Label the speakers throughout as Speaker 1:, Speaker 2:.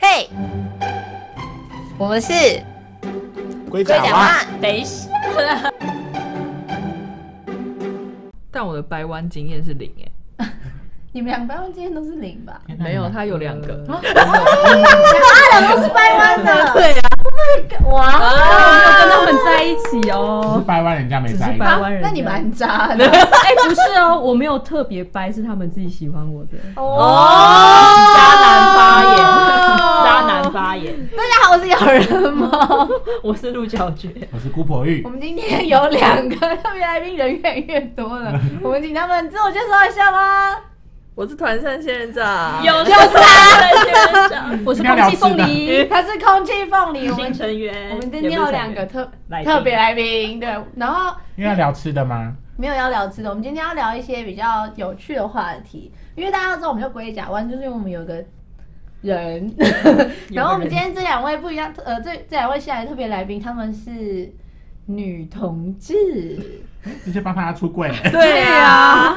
Speaker 1: 对，我们是
Speaker 2: 龟
Speaker 1: 龟
Speaker 2: 甲
Speaker 1: 甲
Speaker 2: 蛙，
Speaker 1: 蛙。
Speaker 3: 等一下，
Speaker 4: 但我的掰弯经验是零哎、
Speaker 3: 你们两个今天都是零吧？
Speaker 4: 没有，它有两个。
Speaker 5: 啊
Speaker 3: 掰弯的，对呀、啊，哇，
Speaker 6: 我跟他们在一起
Speaker 2: 只是
Speaker 6: 哦。
Speaker 2: 掰弯人家没
Speaker 6: 只
Speaker 2: 摘
Speaker 6: 是。掰弯人家，
Speaker 3: 啊那你蛮渣的
Speaker 6: 哎，不是哦，我没有特别掰，是他们自己喜欢我的。
Speaker 3: 哦。
Speaker 4: 渣男发言，
Speaker 6: 啊
Speaker 4: 渣男发言，
Speaker 3: 大家好，我是有人吗？
Speaker 4: 我是鹿角蕨。
Speaker 2: 我是姑婆玉
Speaker 3: 我，们今天有两个特别来宾，人越来越多了，我们请他们自我介绍一下吧。
Speaker 5: 我是团扇仙人掌，
Speaker 4: 有啥？
Speaker 6: 啊我是空气凤梨，
Speaker 3: 他是空气凤梨，我
Speaker 4: 新
Speaker 3: 们
Speaker 4: 成员，
Speaker 3: 我们今天有两个特
Speaker 4: 来宾
Speaker 3: 特别来宾，对，然后
Speaker 2: 因为要聊吃的吗？
Speaker 3: 没有要聊吃的，我们今天要聊一些比较有趣的话题，因为大家都知道我们叫龟甲湾，就是因为我们有个人，然后我们今天这两位不一样，呃，这这两位新来的特别来宾，他们是女同志，
Speaker 2: 直接帮他出柜。
Speaker 5: 对啊呀、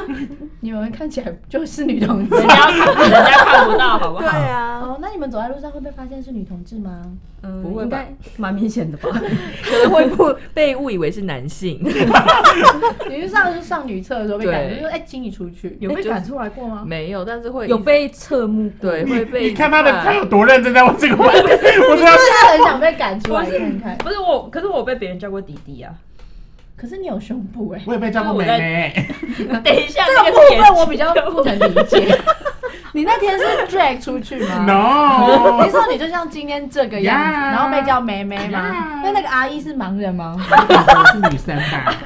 Speaker 3: 你们看起来就是女同志
Speaker 4: 人家看人家看不到，好不
Speaker 5: 对
Speaker 4: 好？
Speaker 5: 呀、
Speaker 3: 哦，那你们走在路上会被发现是女同志吗？
Speaker 6: 嗯，
Speaker 4: 不会
Speaker 6: 应
Speaker 4: 吧
Speaker 6: 该蛮明显的吧？
Speaker 5: 可能会不被误以为是男性，
Speaker 3: 你是上是上女厕的时候被赶出，
Speaker 5: 对
Speaker 3: 就说哎，请你出去，
Speaker 4: 有被赶
Speaker 3: 出来过吗？
Speaker 5: 没有，但是会
Speaker 6: 有被侧目过，
Speaker 5: 对
Speaker 2: 你
Speaker 5: 会被
Speaker 2: 你看他的他有多认真在问这个问题，我真的
Speaker 3: 是不 是很想被赶出来看看？
Speaker 4: 不是我，可是我被别人叫过弟弟 啊。
Speaker 3: 可是你有胸部哎、
Speaker 2: 我也被叫过妹妹，
Speaker 4: 等一下，
Speaker 3: 这
Speaker 4: 那
Speaker 3: 个
Speaker 4: 个
Speaker 3: 部
Speaker 4: 是
Speaker 3: 分我比较不能理解。 你那天是 drag 出去 吗
Speaker 2: no，
Speaker 3: 你说你就像今天这个样子，
Speaker 2: Yeah
Speaker 3: 然后被叫妹妹吗
Speaker 2: Yeah
Speaker 3: 那那个阿姨是盲人 吗？
Speaker 2: 我是女生吧？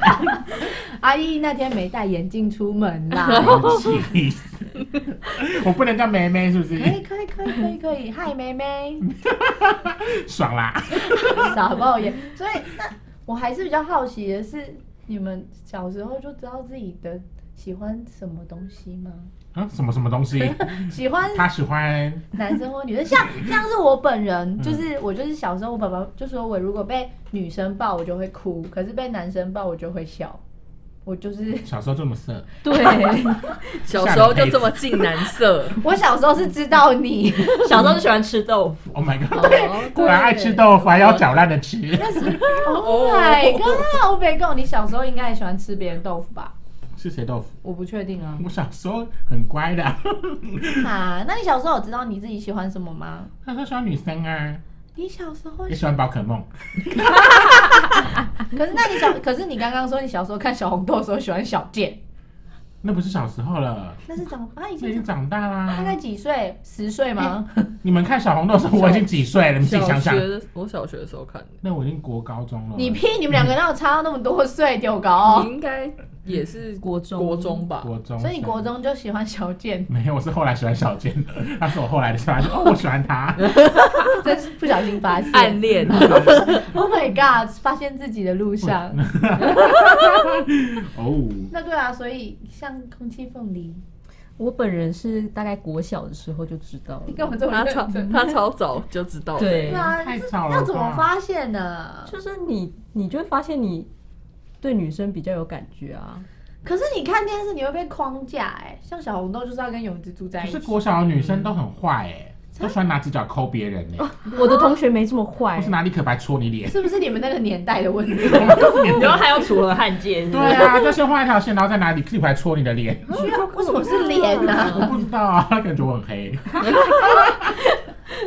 Speaker 3: 阿姨那天没戴眼镜出门啦。
Speaker 2: 气死！ 我不能叫妹妹是不
Speaker 3: 可以
Speaker 2: 是？
Speaker 3: 可以可以可以可以，嗨妹妹，
Speaker 2: 爽啦！
Speaker 3: 傻爆眼。所以那我还是比较好奇的是，你们小时候就知道自己的喜欢什么东西吗？
Speaker 2: 啊，什么什么东西？
Speaker 3: 喜欢
Speaker 2: 他喜欢
Speaker 3: 男生或女生，像像是我本人，就是我就是小时候，我爸爸就说我如果被女生抱我就会哭，可是被男生抱我就会笑，我 就是
Speaker 2: 小时候这么色，
Speaker 6: 对，
Speaker 5: 小时候就这么近男 色，
Speaker 3: 我小时候是知道你，
Speaker 4: 小时候就喜欢吃豆腐，
Speaker 2: Oh my god！对，果然爱吃豆腐，还要搅烂的吃。
Speaker 3: Oh my god！欧北贡，你小时候应该也喜欢吃别人豆腐吧？
Speaker 2: 是谁豆腐？
Speaker 3: 我不确定啊。
Speaker 2: 我小时候很乖的，
Speaker 3: 啊，那你小时候有知道你自己喜欢什么吗？
Speaker 2: 他说喜欢女生啊，
Speaker 3: 你小时候
Speaker 2: 也，喜欢宝可梦。
Speaker 3: 啊可是那你小， 可是你刚刚说你小时候看小红豆的时候喜欢小健，
Speaker 2: 那不是小时候了，
Speaker 3: 那是长啊，
Speaker 2: 那
Speaker 3: 已
Speaker 2: 已
Speaker 3: 经
Speaker 2: 经
Speaker 3: 长
Speaker 2: 长大
Speaker 3: 大概
Speaker 2: 啦。
Speaker 3: 几岁？十岁吗？
Speaker 2: 你们看小红豆的时候，我已经几岁了？你们自己想
Speaker 5: 小
Speaker 2: 想
Speaker 5: 学。的我小学的时候看的，
Speaker 2: 那我已经国高中了。
Speaker 3: 你屁！你们两个哪有差到那么多岁？丢高
Speaker 5: 你。应该也是
Speaker 6: 哦国中
Speaker 5: 国中吧？
Speaker 2: 国中生，，
Speaker 3: 所以你国中就喜欢小健
Speaker 2: 没有？我是后来喜欢小健的， 他是我后来的喜欢，哦，我喜欢他。
Speaker 3: 真是不小心发现
Speaker 5: 暗。恋
Speaker 3: Oh my god！发现自己的 路上。
Speaker 2: 嗯哦，
Speaker 3: 那对啊，所以像空气凤梨，
Speaker 6: 我本人是大概国小的时候就知道
Speaker 3: 你
Speaker 6: 了，
Speaker 3: 干嘛这么
Speaker 5: 他超
Speaker 3: 认真？
Speaker 5: 他超早就知道了，
Speaker 6: 对
Speaker 3: 对啊，
Speaker 2: 哎太
Speaker 3: 这
Speaker 2: 吵了
Speaker 3: 要怎么
Speaker 2: 吧
Speaker 3: 发现呢？
Speaker 6: 就是你，你就会发现你对女生比较有感觉啊。
Speaker 3: 可是你看电视你会被框架哎，像小红豆就是要跟永之住在
Speaker 2: 可
Speaker 3: 一
Speaker 2: 是
Speaker 3: 起。
Speaker 2: 国小的女生都很坏哎，都喜欢拿指甲抠别人
Speaker 3: 哦
Speaker 2: 哎，
Speaker 5: 啊
Speaker 6: 我的同学没这么
Speaker 2: 或
Speaker 6: 坏
Speaker 2: 是，拿立可白戳你脸。
Speaker 3: 是不是你们那个年代的问题？
Speaker 4: 然后还有楚河汉界，是不
Speaker 2: 对
Speaker 4: 是
Speaker 2: 啊，就先画一条线，然后再拿立可白戳你的脸。
Speaker 3: 需要为什么是脸呢、
Speaker 2: 我不知道啊，他感觉我很 黑。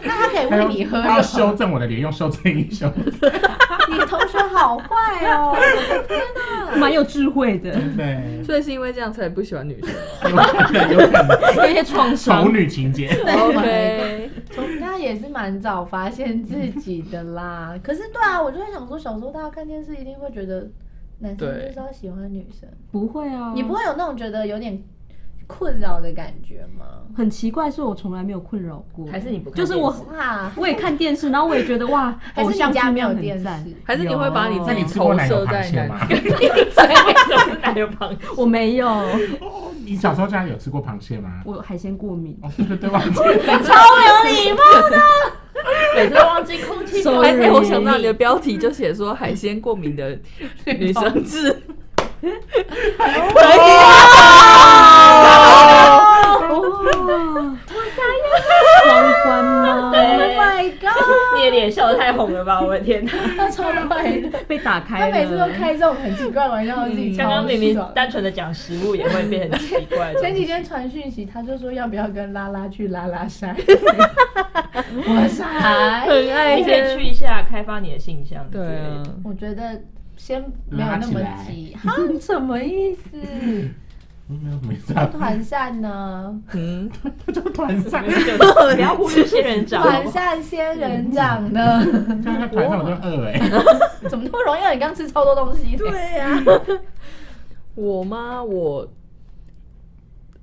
Speaker 3: 那他可以
Speaker 2: 他
Speaker 3: 喂
Speaker 2: 要
Speaker 3: 你喝
Speaker 2: 他要
Speaker 3: 酒。
Speaker 2: 修正我的脸，用修正音 修正。
Speaker 3: 你同学好坏 哦！
Speaker 6: 蛮有智慧的，
Speaker 2: 嗯对，
Speaker 5: 所以是因为这样才不喜欢女生。
Speaker 2: 有可能，有可能，
Speaker 6: 有一些创
Speaker 2: 丑
Speaker 6: 伤。
Speaker 2: 女情节。
Speaker 5: OK，
Speaker 3: 从他也是蛮早发现自己的啦。可是对啊，我就在想说，小时候大家看电视一定会觉得男生
Speaker 5: 对
Speaker 3: 就是要喜欢女生，
Speaker 6: 不会啊，
Speaker 3: 你不会有那种觉得有点困扰的感觉吗？
Speaker 6: 很奇怪，是我从来没有困扰过。
Speaker 4: 还是你不看
Speaker 6: 就是我，
Speaker 3: 哇，
Speaker 6: 我也看电视，然后我也觉得哇，
Speaker 3: 还是
Speaker 6: 偶像
Speaker 3: 你家
Speaker 6: 剧
Speaker 3: 没有
Speaker 6: 很
Speaker 3: 电视
Speaker 6: 赞
Speaker 5: 还是你会把你
Speaker 2: 啊那
Speaker 5: 自
Speaker 2: 你
Speaker 5: 己
Speaker 2: 吃过
Speaker 5: 投
Speaker 2: 奶油
Speaker 5: 射
Speaker 2: 螃
Speaker 5: 在
Speaker 2: 蟹
Speaker 5: 男
Speaker 2: 吗？
Speaker 4: 为什么是奶油螃蟹？
Speaker 6: 我没有，
Speaker 2: 你小时候家里有吃过螃蟹吗？
Speaker 6: 我海鲜过敏。
Speaker 2: 哦，对对对，忘记
Speaker 4: 每次都忘记空气。
Speaker 6: Sorry
Speaker 5: 哎、哎我想到你的标题就写说海鲜过敏的女生是，
Speaker 6: 哇，双关吗？哎
Speaker 3: Oh my
Speaker 4: 黑脸笑得太红了吧！我的天哪，
Speaker 3: 他超快的，
Speaker 6: 被打开
Speaker 3: 他
Speaker 6: 了。
Speaker 3: 每次都开这种很奇怪的玩笑，自
Speaker 6: 嗯
Speaker 2: 嗯
Speaker 3: 己
Speaker 4: 刚
Speaker 3: 超
Speaker 4: 刚明明
Speaker 3: 爽。
Speaker 4: 单纯的讲食物也会变很奇怪的。
Speaker 3: 前几天传讯息，他就说要不要跟拉拉去拉拉 山，我傻眼
Speaker 5: 很爱
Speaker 4: 你
Speaker 5: 一
Speaker 4: 可以去
Speaker 5: 些，
Speaker 4: 一下，开发你的性向。
Speaker 5: 对啊，，
Speaker 3: 我觉得先没有那么
Speaker 2: 拉
Speaker 3: 急， 哈，什么意思？
Speaker 2: 没有没啥，
Speaker 3: 团扇呢？
Speaker 5: 嗯，
Speaker 2: 就团扇，
Speaker 4: 不要忽略仙人掌。好
Speaker 3: 团
Speaker 4: 不好
Speaker 3: 扇仙人掌呢？
Speaker 2: 看看团扇我都饿哎。
Speaker 3: 怎么那么容易啊让你刚吃超多东西？对呀、
Speaker 5: 我吗？我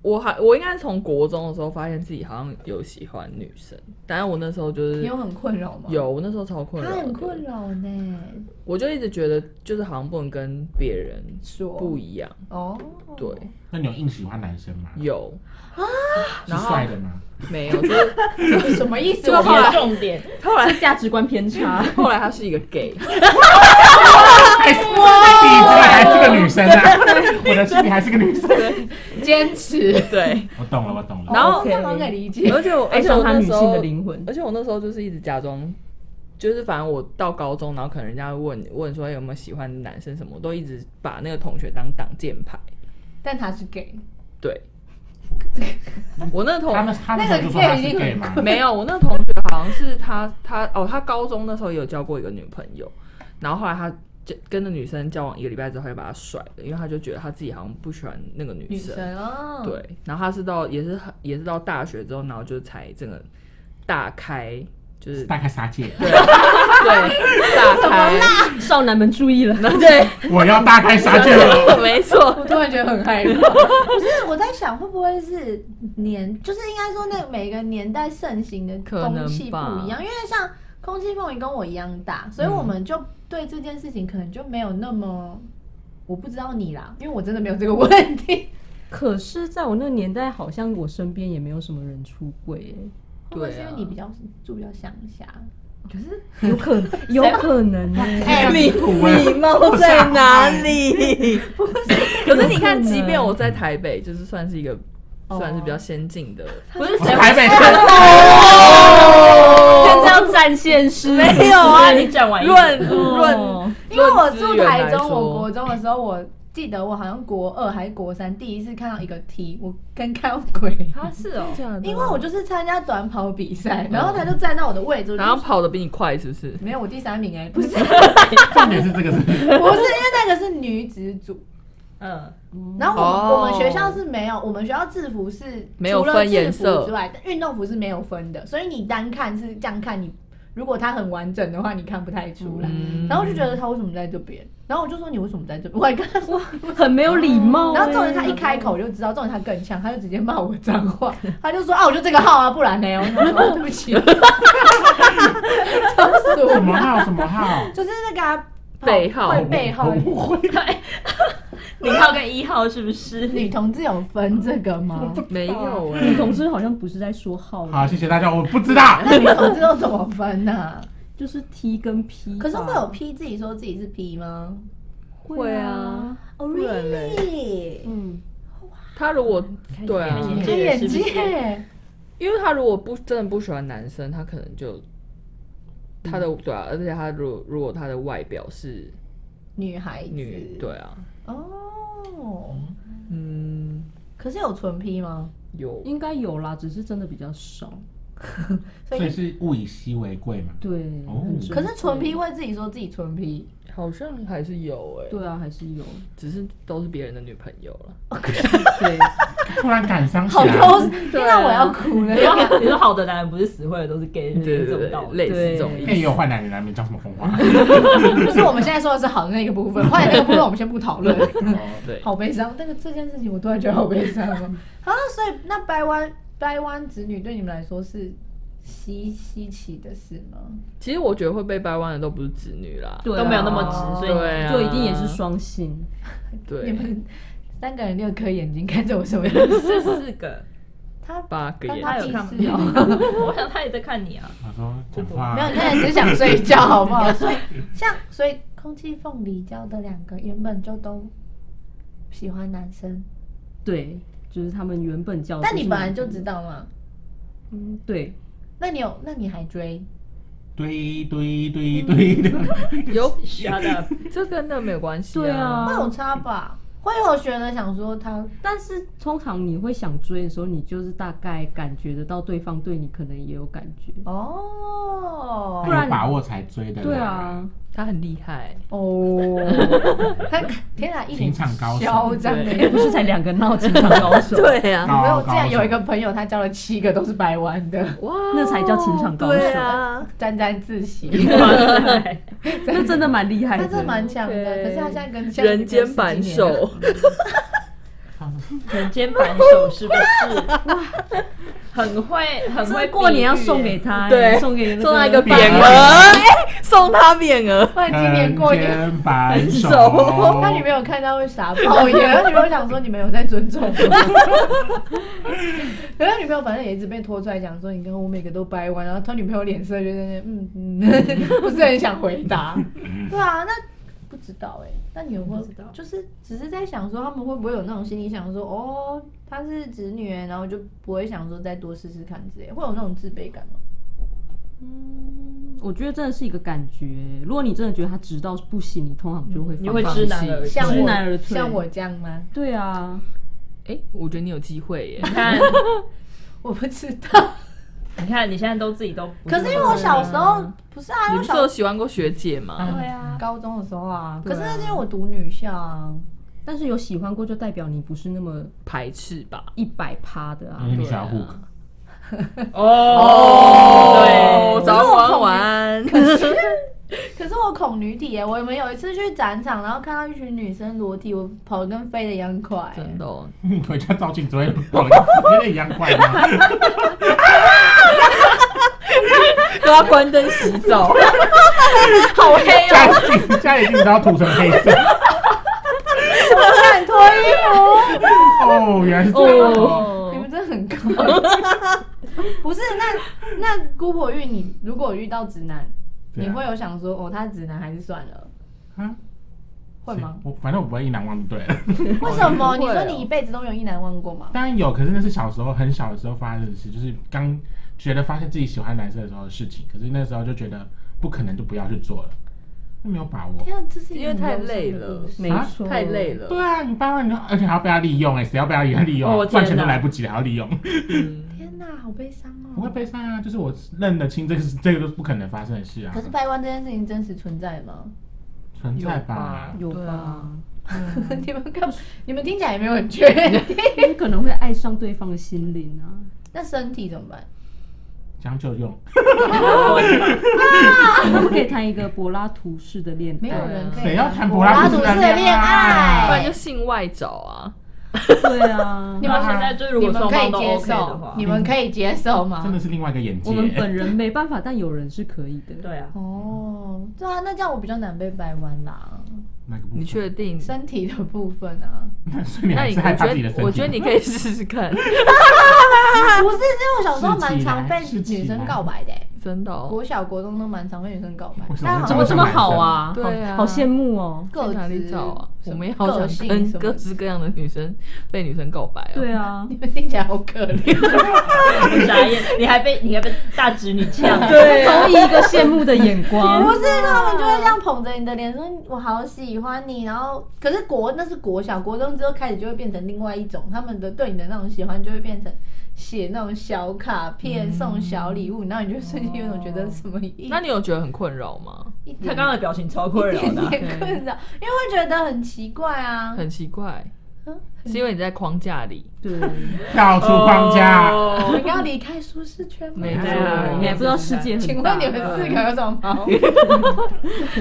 Speaker 5: 我还我应该是从国中的时候发现自己好像有喜欢女生，但是我那时候就是
Speaker 3: 你有很困扰吗？，
Speaker 5: 有，我那时候超困
Speaker 3: 他
Speaker 5: 扰，
Speaker 3: 很困，扰呢。
Speaker 5: 我就一直觉得就是好像不能跟别人
Speaker 3: 说
Speaker 5: 不一样，
Speaker 3: 哦，
Speaker 5: 对，
Speaker 2: 那你有硬喜欢男生吗？
Speaker 5: 有
Speaker 2: 是帅的吗？
Speaker 5: 没有？就是
Speaker 3: 什么意思？
Speaker 5: 就
Speaker 3: 我
Speaker 5: 后来
Speaker 4: 重点，
Speaker 5: 后来
Speaker 6: 价值观偏差。
Speaker 5: 后来他是一个 gay，
Speaker 2: 还是你这还是个女生啊？我的心里还是个女生。
Speaker 3: 坚持，
Speaker 5: 对，
Speaker 2: 我懂了，我懂了。
Speaker 5: 然后
Speaker 3: 哦这好可以理解。
Speaker 5: 而且我而
Speaker 6: 爱
Speaker 5: 且哎我
Speaker 6: 上他
Speaker 5: 那
Speaker 6: 女
Speaker 5: 时
Speaker 6: 性
Speaker 5: 候
Speaker 6: 的灵 魂，
Speaker 5: 而且我那时候就是一直假装，就是反正我到高中，然后可能人家会问问说哎有没有喜欢的男生什么，我都一直把那个同学当挡箭牌。
Speaker 3: 但他是 gay，
Speaker 5: 对，我那个同
Speaker 2: 他们他们那时候就说他是 gay 吗？
Speaker 5: 没有，我那个同学好像是他他哦，他高中那时候有交过一个女朋友，然后后来他。就跟那女生交往一个礼拜之后，他就把她甩了，因为他就觉得他自己好像不喜欢那个
Speaker 3: 女生哦，，
Speaker 5: 对，然后他是到也是很也是到大学之后，然后就才整个大开，就是
Speaker 2: 大概杀戒，
Speaker 5: 对大开，
Speaker 6: 少男们注意了，
Speaker 5: 对，
Speaker 2: 我要大开杀戒了。
Speaker 5: 没错，
Speaker 3: 我突然觉得很害怕。不是，我在想会不会是年，就是应该说那每个年代盛行的
Speaker 5: 可能
Speaker 3: 风气不
Speaker 5: 吧
Speaker 3: 一样，因为像空气凤梨跟我一样大，所以我们就对这件事情可能就没有那么。我不知道你啦，因为我真的没有这个问 题。
Speaker 6: 可是在我那个年代，好像我身边也没有什么人出柜、欸，
Speaker 3: 会不会是
Speaker 5: 对
Speaker 3: 因
Speaker 5: 啊
Speaker 3: 为你比较住比较乡下？
Speaker 6: 有可能，有可能呢、
Speaker 3: 哎
Speaker 2: 你
Speaker 5: 礼貌在哪 里？可是你看，即便我在台北，就是算是一个算是比较先进的，
Speaker 4: 不是
Speaker 2: 我
Speaker 4: 谁
Speaker 2: 是台北市，
Speaker 6: 但是要占现实，
Speaker 5: 没有
Speaker 4: 啊？
Speaker 5: 啊，
Speaker 4: 你
Speaker 5: 你
Speaker 4: 讲完一
Speaker 5: 论
Speaker 4: 次
Speaker 5: 论
Speaker 6: 哦，
Speaker 3: 因为我住
Speaker 5: 论资源
Speaker 3: 台
Speaker 5: 来
Speaker 3: 中，
Speaker 5: 说
Speaker 3: 我国中的时候，我记得我好像国二还是国三第一次看到一个 T，我跟看到鬼。
Speaker 4: 他是哦，
Speaker 3: 因为我就是参加短跑比赛，然后他就站到我的位置，我就
Speaker 5: 然后跑得比你快，是不是？
Speaker 3: 没有我第三名哎、 不是不是，
Speaker 2: 重点是这个是
Speaker 3: 因为那个是女子组，
Speaker 4: 嗯，
Speaker 3: 然后我们、
Speaker 5: 哦
Speaker 3: 我们学校是没有，我们学校制服是
Speaker 5: 没有
Speaker 3: 除了
Speaker 5: 分颜色
Speaker 3: 制服之外，运动服是没有分的，所以你单看是这样看你。如果它很完整的话，你看不太出来。
Speaker 5: 嗯
Speaker 3: 然后我就觉得他为什么在这边？然后我就说你为什么在这边？我还跟他 说
Speaker 6: 很没有礼貌、欸。
Speaker 3: 然后重点他一开口我就知道，重点他更呛，他就直接骂我脏话， 他就说啊，我就这个号啊，不然呢？我就说、哦、对不起， 超俗
Speaker 2: 什么号？什么号？
Speaker 3: 就是那个啊
Speaker 5: 背号
Speaker 3: 会背号
Speaker 2: 我。误会，
Speaker 4: 零号跟一号是不是？
Speaker 3: 女同志有分这个吗？
Speaker 5: 没有哎、
Speaker 6: 女同事好像不是在说号的，
Speaker 2: 好，谢谢大家，我不知道。
Speaker 3: 那女同志又怎么分啊呢、
Speaker 6: 就是 T 跟 P 吧。
Speaker 3: 可是会有 P 自己说自己是 P 吗？
Speaker 5: 会啊，
Speaker 3: 哦、
Speaker 5: 不然嘞
Speaker 3: really？
Speaker 6: 嗯，
Speaker 5: 他如果对啊，
Speaker 4: 看
Speaker 3: 看
Speaker 4: 眼
Speaker 3: 眼
Speaker 4: 界是不是
Speaker 3: 界，
Speaker 5: 因为他如果不真的不喜欢男生，他可能就他的、对啊，而且他如果如果他的外表是
Speaker 3: 女孩子
Speaker 5: 女，对啊，
Speaker 3: 哦。
Speaker 5: 嗯，
Speaker 3: 可是有纯 P 吗？
Speaker 5: 有
Speaker 6: 应该有啦，只是真的比较少。
Speaker 2: 所
Speaker 3: 所
Speaker 2: 以
Speaker 3: 以
Speaker 2: 是物以稀为贵嘛。
Speaker 6: 对，
Speaker 2: 哦
Speaker 6: 很珍贵
Speaker 3: 可是纯 P 会自己说自己纯 P，
Speaker 5: 好像还是有哎、
Speaker 6: 对啊，还是有。
Speaker 5: 只是都是别人的女朋友了。
Speaker 6: 对，
Speaker 2: 突然感伤起
Speaker 3: 好
Speaker 2: 来，
Speaker 3: 抠，听到我要哭了
Speaker 4: 你。说你说好的男人不是死会的，都是 gay，
Speaker 5: 对
Speaker 4: 这
Speaker 5: 对
Speaker 4: 种道
Speaker 5: 对，
Speaker 4: 理。
Speaker 5: 类似这种意
Speaker 2: 哎，也
Speaker 5: 思。
Speaker 2: 有坏男人难免讲什么疯话。
Speaker 3: 不是我们现在说的是好的那个部分，坏的那个部分我们先不讨论。
Speaker 5: 对，
Speaker 3: 好悲伤，那个这件事情我突然觉得好悲伤 哦。啊，所以那掰弯掰弯子女对你们来说是稀稀奇的事吗？
Speaker 5: 其实我觉得会被掰弯的都不是直女啦，
Speaker 6: 对啊
Speaker 4: 都没有那么直，所以
Speaker 5: 对啊，
Speaker 6: 就一定也是双性。
Speaker 3: 你
Speaker 5: 对
Speaker 3: 们三个人六颗眼睛看着我什么意思？
Speaker 4: 是四个。
Speaker 3: 他
Speaker 5: 八个
Speaker 3: 但
Speaker 5: 眼
Speaker 3: 他
Speaker 4: 他
Speaker 3: 有
Speaker 4: 有
Speaker 5: 睛。
Speaker 3: 看
Speaker 4: 看
Speaker 3: 吗
Speaker 4: 吗？ 我想他也在看你啊。
Speaker 2: 我说讲话
Speaker 3: 没有，你看只是想睡觉好不 好？所以像所以空气凤梨教的两个原本就都喜欢男生，
Speaker 6: 对，就是他们原本
Speaker 3: 哦
Speaker 6: 叫。
Speaker 3: 但你本来就知。道嘛？
Speaker 6: 嗯，对，
Speaker 3: 那你有那你还追？
Speaker 2: 堆堆堆堆的，
Speaker 5: 有
Speaker 4: 他的
Speaker 5: 这跟那没有关系、
Speaker 6: 对
Speaker 5: 啊，
Speaker 6: 啊
Speaker 3: 会，有差吧？会有学的想说他
Speaker 6: 但是通常你会想追的时候，你就是大概感觉得到对方对你可能也有感觉。
Speaker 3: 哦
Speaker 6: 不然
Speaker 2: 有把握才追的。
Speaker 6: 对，啊，
Speaker 5: 他很厉害。
Speaker 3: 哦，他天哪，一
Speaker 2: 情
Speaker 3: 脸
Speaker 2: 场高手
Speaker 3: 嚣张
Speaker 6: 哎、
Speaker 3: 的。
Speaker 6: 不是才两个闹情 场高手，，
Speaker 5: 对啊，
Speaker 3: 没有，
Speaker 2: 高
Speaker 3: 我之前
Speaker 2: 高
Speaker 3: 有一
Speaker 2: 手。
Speaker 3: 个朋友，他交了七个都是白玩的，
Speaker 5: 哇，
Speaker 6: 那才叫情场高手
Speaker 5: 对啊，
Speaker 3: 沾沾自 喜。
Speaker 6: 那真的蛮厉害
Speaker 3: 他
Speaker 6: 的。
Speaker 3: 真的蛮强的，
Speaker 5: 对
Speaker 3: 可是他现在跟像
Speaker 5: 人间扳手，
Speaker 4: 人间扳手是不是？很会，很会。
Speaker 6: 这过年要送给他、
Speaker 5: 对
Speaker 6: 送给那
Speaker 5: 送他一个匾
Speaker 2: 匾额
Speaker 5: 额，哎送他匾额，
Speaker 3: 不然今年过年。
Speaker 2: 人间扳手，
Speaker 3: 哦他女朋友看到会傻爆眼，他女朋友想说你们有在尊重我。可是他女朋友反正也一直被拖出来讲说你跟我每个都掰弯，然后他女朋友脸色就是嗯嗯， 不是很想回答。对啊，那不知道哎、那你有没有
Speaker 4: 不知道
Speaker 3: 就是只是在想说他们会不会有那种心里想说哦她是直女欸，然后就不会想说再多试试看之类，会有那种自卑感吗？
Speaker 6: 嗯我觉得真的是一个感觉。如果你真的觉得他直到不行，你通常就会
Speaker 4: 你
Speaker 6: 放
Speaker 4: 会
Speaker 6: 弃
Speaker 4: 知难而退
Speaker 3: 像
Speaker 6: 知
Speaker 3: 我
Speaker 6: 难而退。
Speaker 3: 像我这样吗？
Speaker 6: 对啊，
Speaker 5: 哎，我觉得你有机会 耶，
Speaker 4: 你看，
Speaker 3: 我不知道。
Speaker 4: 你看，你现在都自己都不
Speaker 3: 可是因为我小时候不是啊，因
Speaker 5: 你
Speaker 3: 为
Speaker 5: 不是
Speaker 3: 我小
Speaker 5: 有喜欢过学姐吗？
Speaker 4: 对啊，
Speaker 3: 高中的时候啊，
Speaker 5: 对
Speaker 3: 可
Speaker 5: 啊
Speaker 3: 是那是因为我读女校啊，
Speaker 6: 但是有喜欢过，就代表你不是那么
Speaker 5: 排斥吧？
Speaker 6: 一百趴的啊
Speaker 2: 嗯，。你喜欢 hook，
Speaker 5: 哦，
Speaker 4: 对
Speaker 5: 早晚晚，
Speaker 3: 可是我恐女体耶、我们有一次去展场，然后看到一群女生裸体，我跑得跟飞的一样快、
Speaker 5: 真的哦，
Speaker 2: 你回家照镜子会跑得跟一样快 吗？
Speaker 5: 都要关灯洗澡， 好黑哦。
Speaker 2: 家里镜家里镜子要涂成黑色。
Speaker 3: 敢脱衣
Speaker 2: 哦，原来是这样。
Speaker 3: 服，你
Speaker 5: 哦，
Speaker 3: 们真的很高。不是，那那姑婆玉，你如果遇到直男，
Speaker 2: 对啊
Speaker 3: 你会有想说哦，他直男还是算了，
Speaker 2: 啊
Speaker 3: 会吗？
Speaker 2: 我反正我不 会一男忘就对了。
Speaker 3: 为什么？
Speaker 5: 我
Speaker 3: 你
Speaker 5: 不会
Speaker 3: 说
Speaker 5: 哦
Speaker 3: 你一辈子都没有一男忘过吗？
Speaker 2: 当然有，可是那是小时候很小的时候发生的事，就是刚觉得发现自己喜欢男生的时候的事情。可是那时候就觉得不可能，就不要去做了，那没有把握。
Speaker 3: 天啊，这是一
Speaker 5: 因
Speaker 3: 个
Speaker 5: 为
Speaker 3: 很
Speaker 5: 太
Speaker 3: 忧伤的
Speaker 5: 累
Speaker 3: 故
Speaker 5: 了
Speaker 3: 事，
Speaker 6: 没
Speaker 2: 啊
Speaker 6: 错，
Speaker 5: 太累。了。
Speaker 2: 对啊，你八万，你就而且还要被他利用哎、谁要被他利用？利
Speaker 4: 哦我
Speaker 2: 用
Speaker 4: 天
Speaker 2: 赚钱都
Speaker 4: 哪
Speaker 2: 来不及了，还要利用，
Speaker 5: 嗯
Speaker 3: 天哪，好悲伤哦。
Speaker 2: 不会悲伤啊！就是我认得清这个是这个都是不可能发生的事啊
Speaker 3: 可，是掰弯这件事情真实存在吗？
Speaker 2: 存在吧？
Speaker 6: 有
Speaker 5: 对
Speaker 6: 吧
Speaker 5: 啊？
Speaker 3: 你们干嘛，你们听起来也没有 很确定。
Speaker 6: 你可能会爱上对方的心灵啊。
Speaker 3: 那身体怎么办？
Speaker 2: 将就用，
Speaker 6: 我们可以谈一个柏拉图式的恋
Speaker 3: 没有
Speaker 6: 爱。
Speaker 3: 人可以。
Speaker 2: 谁要谈柏拉
Speaker 3: 柏
Speaker 2: 图
Speaker 3: 拉
Speaker 2: 式
Speaker 3: 图
Speaker 2: 的
Speaker 3: 式
Speaker 2: 恋
Speaker 3: 的恋
Speaker 5: 不
Speaker 2: 爱
Speaker 3: 爱？
Speaker 5: 然就性外找啊，
Speaker 6: 对啊
Speaker 4: 你，们现在就是如
Speaker 3: 你
Speaker 4: 果
Speaker 3: 们
Speaker 4: 双
Speaker 3: 可以
Speaker 4: 方都
Speaker 3: 接
Speaker 4: OK 的
Speaker 3: 受
Speaker 4: 话，，
Speaker 3: 你们可以接受
Speaker 2: 真
Speaker 3: 吗
Speaker 2: 的？是另外一个眼界
Speaker 6: 我。们本人没办法，但有人是可以的。
Speaker 4: 对啊，
Speaker 3: 哦，对啊，那这样我比较难被掰弯啦，
Speaker 2: 那个部分
Speaker 5: 你确定？
Speaker 3: 身体的部分 啊，
Speaker 2: 那所以你
Speaker 5: 那
Speaker 2: 还
Speaker 5: 你
Speaker 2: 是害
Speaker 5: 我
Speaker 2: 怕自
Speaker 5: 觉
Speaker 2: 己的
Speaker 5: 得
Speaker 2: 身体？
Speaker 5: 我觉得你可以试试看，
Speaker 3: 不是，因为我小时候蛮常被
Speaker 2: 是起来
Speaker 3: 女生告白的欸，
Speaker 5: 真的哦。
Speaker 3: 国小国中都蛮常被女生告白
Speaker 2: 为什，么会
Speaker 3: 但好
Speaker 2: 这
Speaker 3: 像
Speaker 2: 么
Speaker 6: 这么好啊，
Speaker 5: 对啊
Speaker 6: 好好羡慕哦。
Speaker 3: 个
Speaker 5: 去哪里
Speaker 3: 子
Speaker 5: 找啊？
Speaker 3: 什
Speaker 5: 我
Speaker 3: 么
Speaker 5: 们也好
Speaker 3: 个
Speaker 5: 想
Speaker 3: 性
Speaker 5: 跟
Speaker 3: 什么
Speaker 5: 各
Speaker 3: 的
Speaker 5: 式各样的女生被女生告白哦。
Speaker 6: 对，啊，
Speaker 3: 你们听起来好可怜，
Speaker 4: 傻眼，你还被你还被大侄女呛，
Speaker 5: 对啊
Speaker 6: 投以一个羡慕的眼
Speaker 3: 不
Speaker 6: 光。
Speaker 3: 是，他们就会这样捧着你的脸说：“我好喜欢你。”然后，可是国那是国小、国中之后开始就会变成另外一种，他们的对你的那种喜欢就会变成写那种小卡片、送小礼物，然后你就瞬间有种觉得什么意义？
Speaker 5: 那你有觉得很困扰吗？
Speaker 3: 一点
Speaker 4: 他刚刚的表情超困扰的啊
Speaker 3: 一，点点困扰，因为会觉得很奇怪啊。
Speaker 5: 很奇怪
Speaker 3: 嗯，
Speaker 5: 是因为你在框架 里，
Speaker 4: 啊
Speaker 6: 对，
Speaker 2: 跳出框架。
Speaker 3: 你
Speaker 5: 哦
Speaker 3: 们要离开舒适圈吗？
Speaker 5: 没
Speaker 6: 对
Speaker 5: 错
Speaker 6: 啊，你还不知道世界
Speaker 3: 请
Speaker 6: 很大
Speaker 3: 问你。们四个有什么毛病？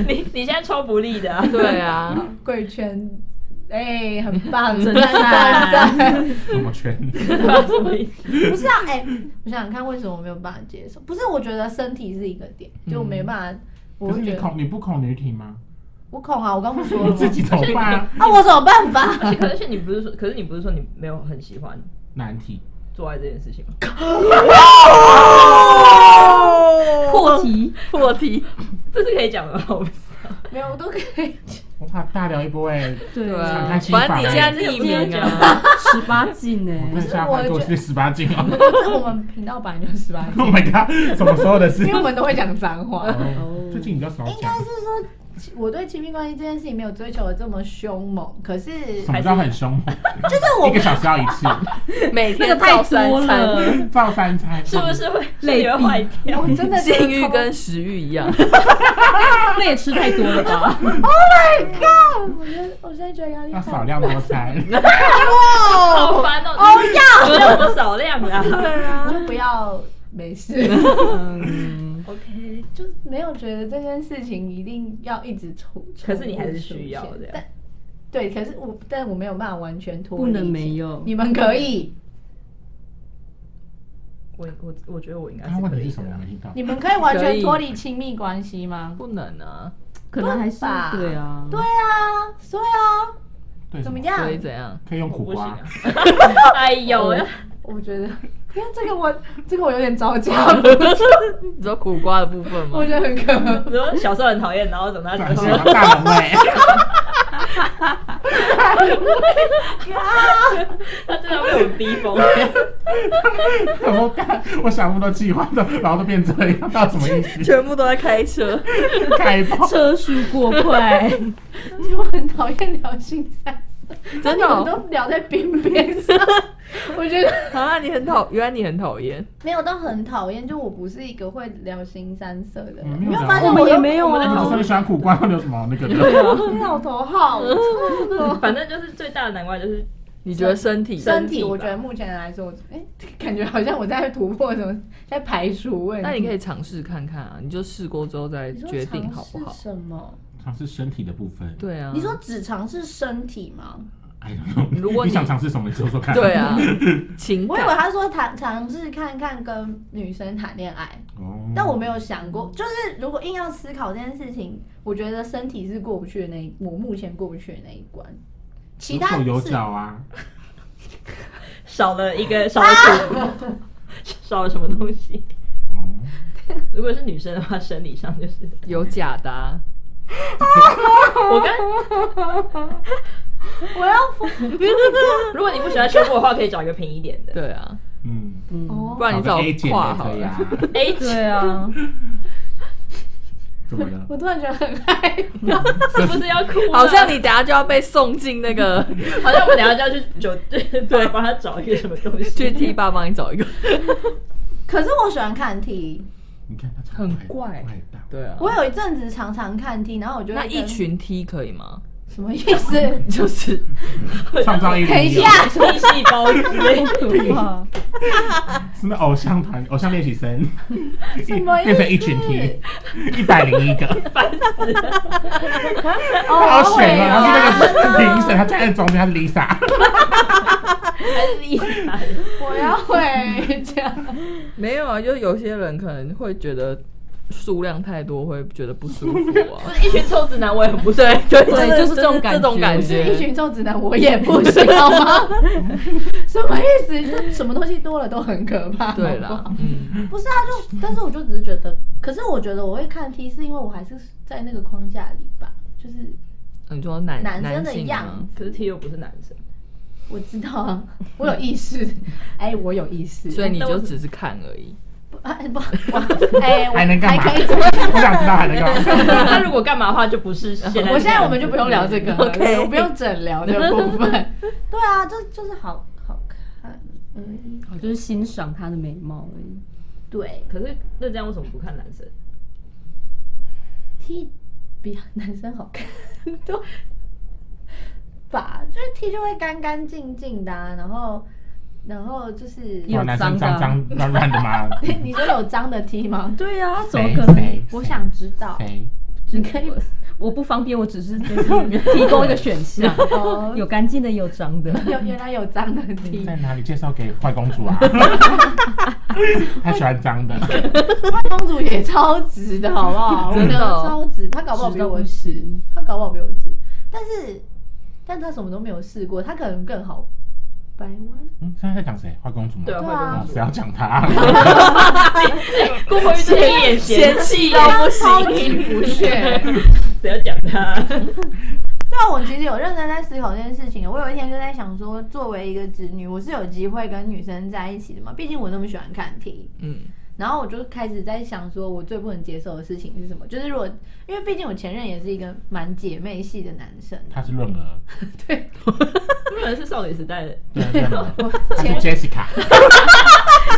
Speaker 4: 你你现在超不利的啊，
Speaker 5: 对啊，
Speaker 3: 贵圈，哎、很棒，
Speaker 6: 真
Speaker 3: 赞赞赞
Speaker 2: 什么圈？
Speaker 3: 不是啊，哎、 我想想看，为什么我没有办法接受？不是，我觉得身体是一个点，就我没办法，我
Speaker 2: 可是
Speaker 3: 会
Speaker 2: 你
Speaker 3: 觉得
Speaker 2: 恐你不恐女体吗？
Speaker 3: 我恐啊，我刚不说了
Speaker 2: 你 自
Speaker 3: 吗？
Speaker 2: 己怎么办啊？
Speaker 3: 啊，我有什么办法？
Speaker 4: 而且 可是你不是说，可是你不是说你没有很喜欢
Speaker 2: 难题。
Speaker 4: 做爱这件事情吗？
Speaker 6: 破题，
Speaker 5: 破题，
Speaker 3: 哦
Speaker 4: 这是可以讲的吗？我不
Speaker 3: 没有，我都可以。
Speaker 2: 哇，大聊一波哎、
Speaker 6: 对
Speaker 5: 对
Speaker 2: 敞
Speaker 5: 啊
Speaker 2: 开，心
Speaker 5: 反正
Speaker 2: 房
Speaker 5: 你
Speaker 2: 哎
Speaker 5: 现在匿名 啊，
Speaker 6: 十八禁呢、
Speaker 2: 我不是下班给我去十八禁哦
Speaker 3: 这我们频道版就是十八
Speaker 2: ！Oh my god，什么时候的事
Speaker 3: 因为？我们都会讲脏话。
Speaker 2: 哦最近比较少
Speaker 3: 应
Speaker 2: 讲
Speaker 3: 该，是说，我对亲密关系这件事情没有追求的这么凶猛，可是
Speaker 2: 什么叫很凶？就是
Speaker 3: 我
Speaker 2: 一个小时要一次，
Speaker 5: 每
Speaker 6: 那个
Speaker 5: 天
Speaker 6: 太
Speaker 5: 照三
Speaker 6: 多
Speaker 5: 餐，
Speaker 6: 了，
Speaker 2: 照三餐，
Speaker 4: 是不是会
Speaker 6: 类
Speaker 4: 泪
Speaker 6: 比
Speaker 4: 坏掉？
Speaker 3: 我真的觉得
Speaker 5: 性欲
Speaker 3: 超
Speaker 5: 跟食欲一样，
Speaker 6: 那也吃太多了吧？
Speaker 3: 我觉得我现在觉得压力
Speaker 2: 要
Speaker 3: 好
Speaker 2: 少量多餐？
Speaker 4: 好烦哦！哦要， 没有多少量啦。对啊
Speaker 3: 大，就不要没事，
Speaker 4: ，OK，
Speaker 3: 就没有觉得这件事情一定要一直出，
Speaker 4: 可是你还是
Speaker 3: 重复出
Speaker 4: 需要
Speaker 3: 现
Speaker 4: 这样
Speaker 3: 但对，可是我但我没有办法完全脱离，
Speaker 6: 不能没有。
Speaker 3: 你们可以，
Speaker 4: 我我我觉得我应该
Speaker 2: 他
Speaker 4: 是
Speaker 2: 问
Speaker 4: 可
Speaker 2: 题
Speaker 4: 以
Speaker 2: 是什
Speaker 4: 的
Speaker 2: 么？我没听到。
Speaker 3: 你们可以完
Speaker 5: 可
Speaker 3: 全
Speaker 5: 以
Speaker 3: 脱离亲密关系吗？
Speaker 5: 不能啊，
Speaker 6: 可能还是
Speaker 3: 吧
Speaker 6: 对啊，
Speaker 3: 对啊，所以啊，
Speaker 2: 对，
Speaker 3: 怎么
Speaker 2: 什
Speaker 3: 样
Speaker 5: 所？以怎样？
Speaker 2: 可以用
Speaker 4: 我
Speaker 2: 苦
Speaker 4: 不行
Speaker 2: 瓜
Speaker 4: 啊。哎呦，
Speaker 3: 我觉得，因为这个我这个我有点 招架不住，
Speaker 5: 你知道苦瓜的部分吗
Speaker 3: 我？觉得很可怕。
Speaker 4: 比如说小时候很讨厌，然后长 大
Speaker 2: 转
Speaker 4: 之
Speaker 2: 型
Speaker 4: 后，
Speaker 2: 大龙哎，
Speaker 4: 他真的被我们逼疯。
Speaker 2: 然后干，我想不到计划的，然后都变这样，到底什么意思？
Speaker 5: 全部都在开车，
Speaker 2: 开爆！
Speaker 6: 车速过快，
Speaker 3: 其实我很讨厌聊性三色，
Speaker 5: 真的
Speaker 3: 我
Speaker 5: 哦
Speaker 3: 都聊在边边上，我觉得
Speaker 5: 啊！你很讨，原来你很讨厌，
Speaker 3: 没有到很讨厌，就我不是一个会聊性三色的人，
Speaker 2: 嗯
Speaker 3: 你没有
Speaker 2: 没有
Speaker 3: 发现
Speaker 2: 聊
Speaker 3: 我
Speaker 6: 我也
Speaker 3: 有
Speaker 6: 没有
Speaker 2: 你只说
Speaker 6: 啊
Speaker 2: 你。喜欢苦瓜，那有什么好那个的？
Speaker 3: 老头号？
Speaker 4: 反正就是最大的难关就是
Speaker 5: 你觉得身体
Speaker 3: 身
Speaker 4: 身体
Speaker 3: 体
Speaker 4: 吧
Speaker 3: 我觉得目前来说，哎、感觉好像我在突破什么，在排除问题。
Speaker 5: 那你可以尝试看看啊，你就试过之后再
Speaker 3: 你说
Speaker 5: 决定好不
Speaker 3: 尝
Speaker 5: 好
Speaker 3: 试？什么？
Speaker 2: 尝试身体的部分。
Speaker 5: 对啊，
Speaker 3: 你说只尝试身体吗？
Speaker 2: 哎，如
Speaker 5: 如果
Speaker 2: 你
Speaker 5: 你
Speaker 2: 想尝试什么，你说说看。
Speaker 5: 对啊，情
Speaker 3: 我以为
Speaker 5: 感
Speaker 3: 他说尝尝试看看跟女生谈恋爱，
Speaker 2: 哦，
Speaker 5: 嗯
Speaker 3: 但我没有想过，就是如果硬要思考这件事情，我觉得身体是过不去的那一，我目前过不去的那一关。其他
Speaker 2: 有手有
Speaker 3: 是
Speaker 2: 脚啊，
Speaker 4: 少了一
Speaker 5: 啊
Speaker 4: 个少了什么， 少了什么东西。
Speaker 2: 哦，
Speaker 4: 如果是女生的话，生理上就是
Speaker 5: 有假的啊，
Speaker 4: 我刚，
Speaker 3: 我要
Speaker 4: 如果你不喜欢胸部的话，可以找一个平一点的。
Speaker 5: 对啊，
Speaker 2: 嗯，
Speaker 6: 嗯，
Speaker 3: 哦
Speaker 5: 不然你
Speaker 2: 找
Speaker 5: 找
Speaker 2: 个 A 姐
Speaker 5: 跨
Speaker 2: 也
Speaker 5: 好
Speaker 2: 可以
Speaker 5: 了。
Speaker 2: 啊，
Speaker 4: 哎，
Speaker 6: 对啊，
Speaker 2: 怎么了？
Speaker 3: 我突然觉得很 害
Speaker 4: 是不是要哭了？
Speaker 5: 好像你等下就要被送进那 个
Speaker 4: 好像我们等一下就要去酒店，对，帮他找一个什么东西。
Speaker 5: 去 T 吧帮你找一个，
Speaker 3: 可是我喜欢看 T，
Speaker 2: 你看他超
Speaker 5: 很
Speaker 2: 怪
Speaker 5: 怪
Speaker 2: 怪到，
Speaker 5: 对啊
Speaker 3: 我有一阵子常常看 T，然后我就会
Speaker 5: 那一
Speaker 3: 跟
Speaker 5: 群 T 可以吗？
Speaker 3: 什么意思？
Speaker 5: 就是
Speaker 2: 创造一
Speaker 3: 等一
Speaker 2: 零一
Speaker 3: 下
Speaker 2: 哦，，
Speaker 4: 屁细胞之类的，
Speaker 6: 可怕。
Speaker 2: 是那偶像团、偶像练习生，
Speaker 3: 什么意思
Speaker 2: 变成一群 T，一百零一个，
Speaker 3: 哦
Speaker 2: 好选了，他是那个评审，他站在中间，他是 Lisa，
Speaker 4: 还是一起来的
Speaker 3: 我要回家。
Speaker 5: 没有啊，就有些人可能会觉得数量太多会觉得不舒服
Speaker 4: 不
Speaker 5: 啊。
Speaker 4: 是一群臭直男，我也 很不
Speaker 5: 对对
Speaker 6: 对
Speaker 5: 真的
Speaker 6: 就是这种感
Speaker 5: 这种
Speaker 6: 觉
Speaker 5: 感
Speaker 6: 我
Speaker 3: 是一
Speaker 5: 觉。
Speaker 3: 群臭直男，我也不行好吗？ 什么意思？就什么东西多了都很可怕。
Speaker 5: 对
Speaker 3: 好不好
Speaker 5: 啦，嗯，
Speaker 3: 不是啊，就但是我就只是觉得，可是我觉得我会看 T，是因为我还是在那个框架里吧，就是
Speaker 5: 你说男
Speaker 3: 男生的
Speaker 5: 性
Speaker 3: 样
Speaker 5: 吗？
Speaker 4: 可是 T 又不是男生，
Speaker 3: 我知道啊， 我有意识，哎，我有意识，
Speaker 5: 所以你
Speaker 4: 那我
Speaker 5: 就只是看而已。
Speaker 3: 不啊不，我哎，我
Speaker 2: 还能干嘛
Speaker 3: 还可以怎么 样？
Speaker 2: 我想知道还能干嘛？
Speaker 4: 他如果干嘛的话，就不是现在这个样子。
Speaker 3: 我现在我们就不用聊这个 了
Speaker 5: OK
Speaker 3: 我不用诊疗这个部分。 对啊，就就是好好看，嗯，
Speaker 6: 我就是欣赏她的美貌而已。
Speaker 3: 对
Speaker 4: 可是那这样为什么不看男 生？
Speaker 3: T 比 男生好看多吧，就是 T 就会干干净净的、啊，然后然后就是
Speaker 6: 有
Speaker 2: 哦哇男生
Speaker 6: 脏
Speaker 2: 脏
Speaker 6: 的
Speaker 2: 脏乱乱的吗？
Speaker 3: 你说有脏的 T 吗？
Speaker 6: 对呀、怎么
Speaker 2: 谁
Speaker 6: 可能？
Speaker 2: 谁？
Speaker 3: 我
Speaker 2: 谁
Speaker 3: 想知道，
Speaker 2: 谁？
Speaker 3: 你可以
Speaker 6: 我不方便，我只是就是 提供一个选项，
Speaker 3: 哦，
Speaker 6: 有干净的，有脏的。
Speaker 3: 有原来有脏的 T，
Speaker 2: 在哪里介绍给坏公主啊？ 她喜欢脏的，
Speaker 3: 花公主也超值的好不好？我
Speaker 5: 真的
Speaker 3: 觉得超值，她搞不好比我值，她搞不好比我值，但是但她什么都没有试过，她可能更好掰弯。
Speaker 2: 嗯，现在在讲谁？坏公主吗？
Speaker 4: 对啊，
Speaker 3: 对
Speaker 4: 会
Speaker 3: 啊
Speaker 4: 不
Speaker 2: 哦
Speaker 4: 会
Speaker 2: 谁要讲她？
Speaker 4: 顾慧玉这一眼
Speaker 5: 嫌
Speaker 4: 嫌
Speaker 5: 弃到不
Speaker 3: 超
Speaker 5: 行，
Speaker 3: 级不屑，
Speaker 4: 谁要讲他？
Speaker 3: 对啊，我其实有认真在思考这件事情。我有一天就在想说，作为一个直女，我是有机会跟女生在一起的吗？毕竟我那么喜欢看 T。
Speaker 5: 嗯，
Speaker 3: 然后我就开始在想，说我最不能接受的事情是什么？就是如果，因为毕竟我前任也是一个蛮姐妹系的男 生，
Speaker 2: 他是润儿，
Speaker 4: 不然是少女时代的
Speaker 2: 对润儿， 他是 Jessica，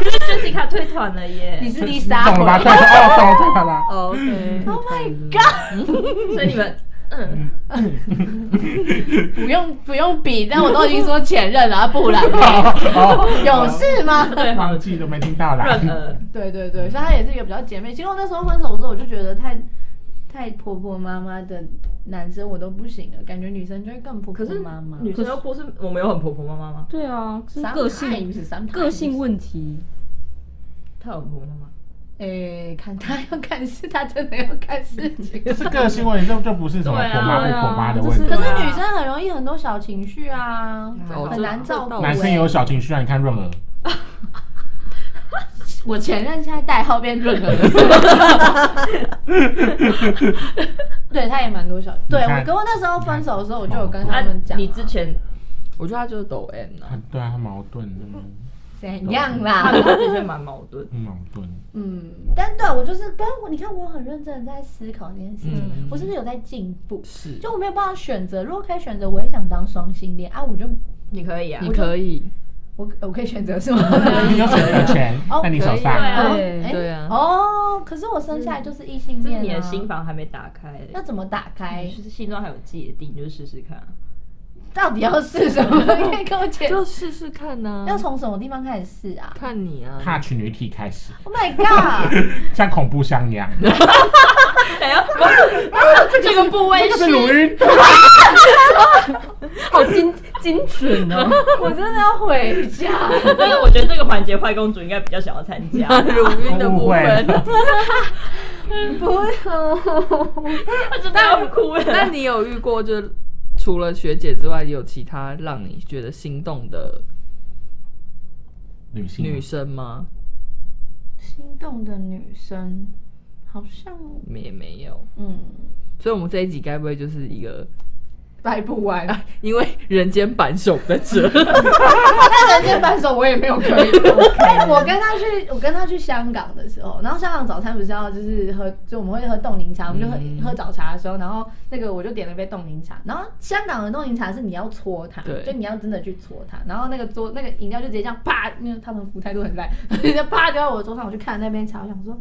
Speaker 4: Jessica 退团了耶
Speaker 3: 你，是 Lisa，
Speaker 2: 懂了 吧？对，哦，懂了，对吧？
Speaker 5: OK，
Speaker 3: ？Oh my god！
Speaker 4: 所以你们嗯，
Speaker 3: 不用不用比，但我都已经说前任了，啊不然呢
Speaker 2: 哦，
Speaker 3: 有事吗？
Speaker 2: 对，忘记都没听到啦。
Speaker 4: 润儿
Speaker 3: 对对对，所以她也是一个比较姐妹。其实我那时候分手的时候，我就觉得太太婆婆妈妈的男生我都不行了，感觉女生就会更婆婆
Speaker 4: 可是
Speaker 3: 妈妈。
Speaker 4: 女生又不是我们有很婆婆妈妈吗？
Speaker 6: 对啊，是个性
Speaker 3: Sometimes-
Speaker 6: 个性问题。
Speaker 4: 她有婆婆妈妈，
Speaker 3: 诶、看他要看事，他真的要看事情。
Speaker 2: 这 是个性问题，这就不是什么
Speaker 4: 对啊
Speaker 2: 婆妈不婆妈的
Speaker 6: 对啊
Speaker 2: 问
Speaker 6: 这
Speaker 2: 题
Speaker 3: 可。
Speaker 6: 对
Speaker 3: 是女生很容易很多小情绪啊，
Speaker 5: 哦
Speaker 3: 很难照顾。欸
Speaker 5: 这
Speaker 2: 男生有小情绪啊，你看润儿，
Speaker 3: 我前任现在代号变润儿，对他也蛮多小。对
Speaker 2: 你看
Speaker 3: 我跟我那时候分手的时候，我就有跟
Speaker 2: 那
Speaker 3: 他们讲、啊，
Speaker 4: 你之前
Speaker 5: 我觉得他就是抖 M
Speaker 2: 啊
Speaker 5: 啊，
Speaker 2: 对啊，他矛盾，嗯
Speaker 3: 怎样
Speaker 4: 她
Speaker 3: 啦？
Speaker 4: 的确蛮矛盾，
Speaker 2: 嗯矛盾。
Speaker 3: 嗯，但对我就是跟我，你看我很认真的在思考这件事情，
Speaker 5: 嗯
Speaker 3: 我是不是有在进步？
Speaker 5: 是，
Speaker 3: 就我没有办法选择，如果可以选择，我也想当双性恋啊，我就
Speaker 4: 你可以啊
Speaker 5: 你，可以，
Speaker 3: 我我可以选择是吗？
Speaker 2: 你有选择权
Speaker 3: 哦，
Speaker 2: 在你手
Speaker 4: 可以啊
Speaker 2: 上。
Speaker 6: 对
Speaker 3: 哎
Speaker 5: 对啊
Speaker 3: 哦，可是我生下来就是异性
Speaker 4: 这
Speaker 3: 恋、
Speaker 4: 是
Speaker 3: 啊，
Speaker 4: 你的心房还没打开，
Speaker 3: 要怎么打开
Speaker 4: 你？就是心中还有芥蒂，你就试试看啊。
Speaker 3: 到底要试什么？你可以跟我解释
Speaker 5: 就。试试看呐、
Speaker 3: 要从什么地方开始试啊
Speaker 5: 看你啊，
Speaker 2: 踏取女体开始，
Speaker 3: ？Oh my god！
Speaker 2: 像恐怖箱一样。
Speaker 4: 哎呀，这个部
Speaker 2: 这
Speaker 4: 位
Speaker 2: 个是乳晕，
Speaker 6: 好精精准哦！
Speaker 3: 我真的要回 家。
Speaker 4: 但是我觉得这个环节坏公主应该比较想要参加。 啊
Speaker 5: 乳晕的部
Speaker 2: 误
Speaker 5: 分。
Speaker 2: 会。
Speaker 4: 她真的要哭 了。
Speaker 5: 那你有遇过就是除了学姐之外，有其他让你觉得心动的
Speaker 2: 女性
Speaker 5: 女生吗？
Speaker 3: 心动的女生，好像
Speaker 5: 也没有，
Speaker 3: 嗯，
Speaker 5: 所以我们这一集该不会就是一个
Speaker 3: 掰不完。啊
Speaker 5: 因为人间扳手在 这？
Speaker 3: 但人间扳手我也没有可以。哎我跟他去，我跟他去香港的时候，然后香港早餐不是要就是喝，就我们会喝冻柠茶，我们就喝、
Speaker 5: 嗯
Speaker 3: 喝早茶的时候，然后那个我就点了一杯冻柠茶，然后香港的冻柠茶是你要搓它，
Speaker 5: 对
Speaker 3: 就你要真的去搓它，然后那个桌那个饮料就直接这样啪，因为他们服务态度很烂， 直接啪丢到我的桌上，我去看那杯茶，我想说，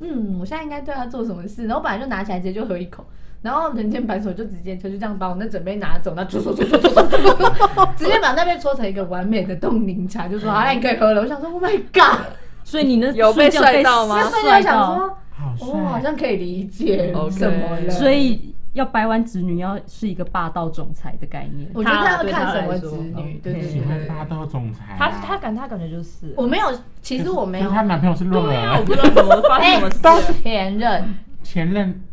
Speaker 3: 嗯，我现在应该对他做什么事，然后本来就拿起来直接就喝一口。然后人间扳手就直接就是这样把我那整杯拿走，那 搓搓搓搓搓搓搓搓，直接把那杯搓成一个完美的冻柠茶，就说好，那你可以喝了。我想说，Oh my god！
Speaker 6: 所以你那
Speaker 5: 有被
Speaker 6: 睡觉
Speaker 5: 帅到 吗
Speaker 3: 那瞬间想说，
Speaker 2: 好
Speaker 3: 我好
Speaker 2: 帅，
Speaker 3: 像可以理解
Speaker 5: OK
Speaker 3: 什么了。
Speaker 6: 所以要掰弯直女，要是一个霸道总裁的概念。
Speaker 3: 我觉得他
Speaker 4: 他对
Speaker 3: 要
Speaker 4: 他
Speaker 3: 看什么
Speaker 4: 来
Speaker 3: 子
Speaker 4: 说
Speaker 3: 女，
Speaker 6: 嗯
Speaker 3: 对对
Speaker 2: 喜
Speaker 3: 对
Speaker 2: 欢
Speaker 3: 对。
Speaker 2: 霸道总裁啊。
Speaker 4: 她她感她感觉 就是
Speaker 3: 我没有，其实我没有哎
Speaker 2: 可是她男朋友是润
Speaker 4: 对啊，我
Speaker 2: 儿，
Speaker 4: 不知道怎么发生什么
Speaker 3: 都
Speaker 4: 事
Speaker 3: 是前任。
Speaker 2: 前任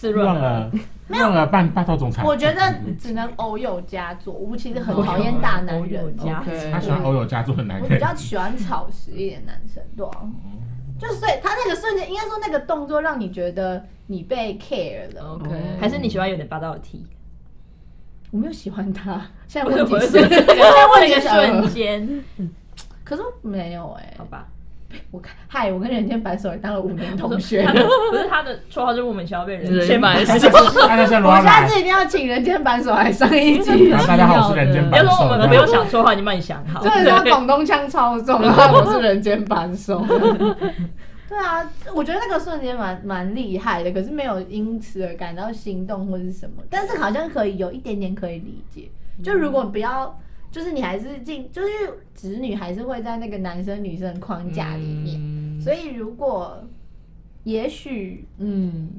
Speaker 4: 是
Speaker 2: 润
Speaker 4: 润儿，
Speaker 2: 儿，润儿扮霸道总裁。
Speaker 3: 我觉得只能偶有佳作，我其实很讨厌大男人。
Speaker 4: 偶有 佳
Speaker 5: OK
Speaker 2: 他喜欢偶有家族很男
Speaker 3: 我比
Speaker 2: 人。哎
Speaker 3: 较喜欢草食一点的男生，对啊。就是他那个瞬间，应该说那个动作让你觉得你被 care 了。
Speaker 5: OK，
Speaker 4: 还是你喜欢有点霸道的 T？
Speaker 3: 我没有喜欢他，现在
Speaker 4: 我
Speaker 3: 问题
Speaker 4: 我
Speaker 3: 是，现在
Speaker 4: 问
Speaker 3: 问
Speaker 4: 一
Speaker 3: 题
Speaker 4: 个
Speaker 3: 是 什
Speaker 4: 瞬
Speaker 3: 么，
Speaker 4: 间，
Speaker 3: 欸可是没有哎、
Speaker 4: 好吧？
Speaker 3: 我看哎嗨，我跟人间白手也当了五年同 学，
Speaker 4: 她的不是她的绰号就是莫名其妙被人
Speaker 5: 人
Speaker 4: 牵
Speaker 5: 蛮
Speaker 4: 绊。
Speaker 2: 大家是罗
Speaker 3: 我下
Speaker 2: 兰，
Speaker 3: 次一定要请人间白手来上一 集。
Speaker 2: 然后大家好，我是人间
Speaker 4: 不要
Speaker 2: 扳
Speaker 4: 说
Speaker 2: 手
Speaker 4: 我。们
Speaker 2: 然
Speaker 4: 不
Speaker 2: 后
Speaker 4: 用想错话，你帮你想好。
Speaker 3: 对，他广东腔超重，然后我是人间扳手。对啊，我觉得那个瞬间蛮蛮厉害的，可是没有因此而感到心动或是什么，但是好像可以有一点点可以理解。就如果不要，就是你还是进，就是子女还是会在那个男生女生的框架里面，
Speaker 5: 嗯
Speaker 3: 所以如果也许嗯，